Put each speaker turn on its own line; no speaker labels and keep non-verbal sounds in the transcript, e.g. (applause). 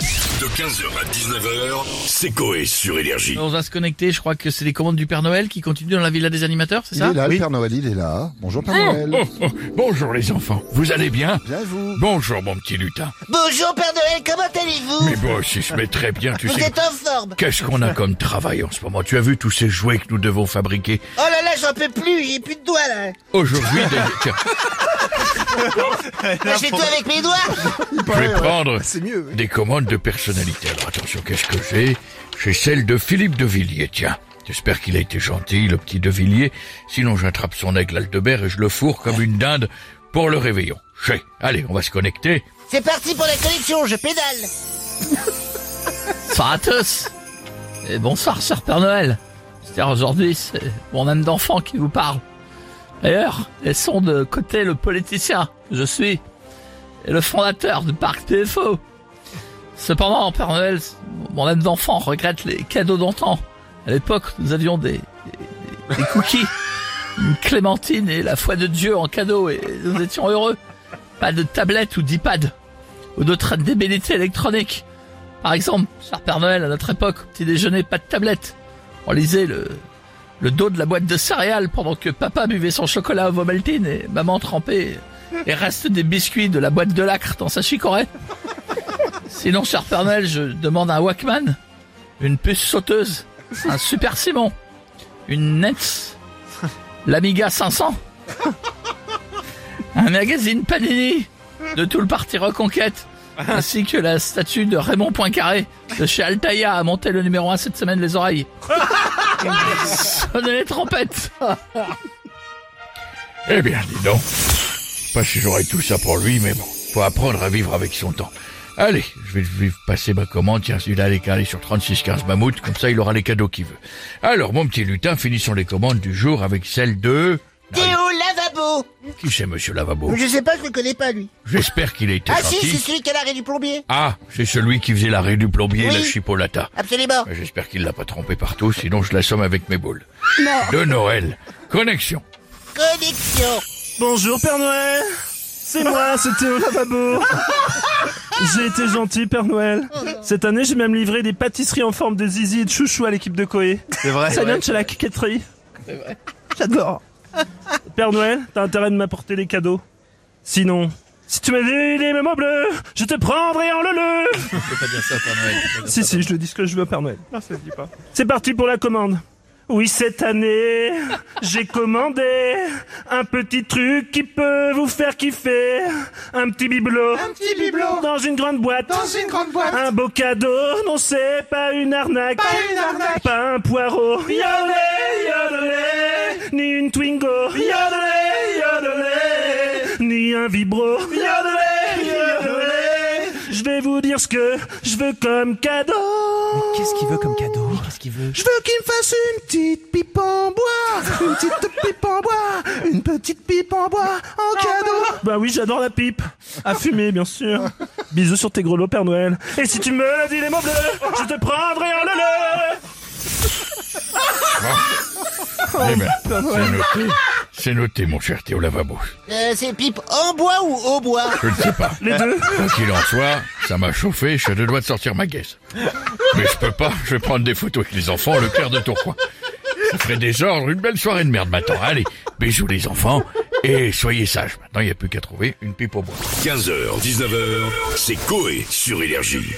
De 15h à 19h, c'est Coé sur Énergie.
On va se connecter, je crois que c'est les commandes du Père Noël qui continuent dans la villa des animateurs, c'est
Il
ça
est là,
Oui.
le Père Noël, il est là. Bonjour Père
Ah. Oh,
Noël.
Bonjour les enfants, vous allez bien
Bien vous.
Bonjour mon petit lutin.
Bonjour Père Noël, comment allez-vous
Mais bon, si je mets très bien, tu
Vous
sais.
êtes en forme
Qu'est-ce qu'on a comme travail en ce moment Tu as vu tous ces jouets que nous devons fabriquer
Oh là là, j'en peux plus, j'ai plus de doigts
(laughs)
là
Aujourd'hui, des-
(laughs)
tiens,
Moi, Je fais tout avec mes doigts
je vais prendre
C'est mieux.
des commandes de personnalité. Alors attention, qu'est-ce que j'ai J'ai celle de Philippe de Villiers, tiens. J'espère qu'il a été gentil, le petit de Villiers. Sinon, j'attrape son aigle Aldebert et je le fourre comme une dinde pour le réveillon. J'ai. Allez, on va se connecter.
C'est parti pour la collection, je pédale
Bonsoir à tous Et bonsoir, sœur Père Noël C'est-à-dire aujourd'hui, c'est mon âme d'enfant qui vous parle. D'ailleurs, laissons de côté le politicien, je suis, et le fondateur du parc PFO. Cependant, Père Noël, mon âme d'enfant regrette les cadeaux d'antan. À l'époque, nous avions des, des- des cookies, une clémentine et la foi de Dieu en cadeau, et nous étions heureux. Pas de tablette ou d'iPad, ou d'autres débilités électroniques. Par exemple, cher Père Noël, à notre époque, au petit déjeuner, pas de tablette. On lisait le, le dos de la boîte de céréales pendant que papa buvait son chocolat au Vomaltine et maman trempait les restes des biscuits de la boîte de lacre dans sa chicorée. Sinon, cher Père Noël, je demande un Walkman, une puce sauteuse, un Super Simon, une NETS, l'Amiga 500, un magazine Panini de tout le parti Reconquête, (laughs) ainsi que la statue de Raymond Poincaré de chez Altaïa a monté le numéro 1 cette semaine les oreilles. Sonnez les trompettes
Eh bien, dis donc. Pas si j'aurais tout ça pour lui, mais bon, faut apprendre à vivre avec son temps. Allez, je vais, je vais passer ma commande. Tiens, celui-là, elle est calée sur 3615 Mammouth. Comme ça, il aura les cadeaux qu'il veut. Alors, mon petit lutin, finissons les commandes du jour avec celle de...
Théo Lavabo
Qui c'est, monsieur Lavabo
Je sais pas, je le connais pas lui
J'espère qu'il a été
Ah si, c'est
gentil.
celui qui a l'arrêt du plombier
Ah, c'est celui qui faisait l'arrêt du plombier,
Oui.
la chipolata.
Absolument
Mais J'espère qu'il l'a pas trompé partout, sinon je l'assomme avec mes boules. De Noël. Connexion.
Connexion
Bonjour Père Noël C'est moi, c'est Théo Lavabo J'ai été gentil Père Noël Cette année j'ai même livré des pâtisseries en forme de zizi et de chouchou à l'équipe de Koé. C'est vrai Ça vient de chez la coquetterie. J'adore Père Noël, t'as intérêt de m'apporter des cadeaux. Sinon, si tu m'avais les mêmes bleus, je te prendrais en le (laughs) le Si si, je le dis ce que je veux Père Noël. C'est parti pour la commande oui, cette année, j'ai commandé un petit truc qui peut vous faire kiffer. Un petit bibelot. Un petit bibelot. Dans une grande boîte. Dans une grande boîte. Un beau cadeau. Non, c'est pas une arnaque. Pas une arnaque. Pas un poireau. Yodelé, yodelé. Ni une Twingo. Yodelé, yodelé. Ni un vibro. Yodelé, yodelé. Je vais vous dire ce que je veux comme cadeau.
Qu'est-ce qu'il veut comme cadeau Qu'est-ce qu'il veut
Je veux qu'il me fasse une petite pipe en bois, une petite pipe en bois, une petite pipe en bois en cadeau. Bah oui, j'adore la pipe. À fumer, bien sûr. Bisous sur tes grelots, Père Noël. Et si tu me dis les mots bleus, je te prendrai en le
Eh ben, c'est noté. C'est noté, mon cher Théo Lavabo.
Euh, C'est pipe en bois ou au bois
Je ne sais pas.
Les deux.
Quoi qu'il en soit, ça m'a chauffé, je suis à deux doigts de sortir ma caisse. Mais je peux pas, je vais prendre des photos avec les enfants, le cœur de Tourcoing. Ça ferait désordre, une belle soirée de merde maintenant. Allez, bisous les enfants, et soyez sages. Maintenant, il n'y a plus qu'à trouver une pipe au bois.
15h, 19h, c'est Coé sur Énergie.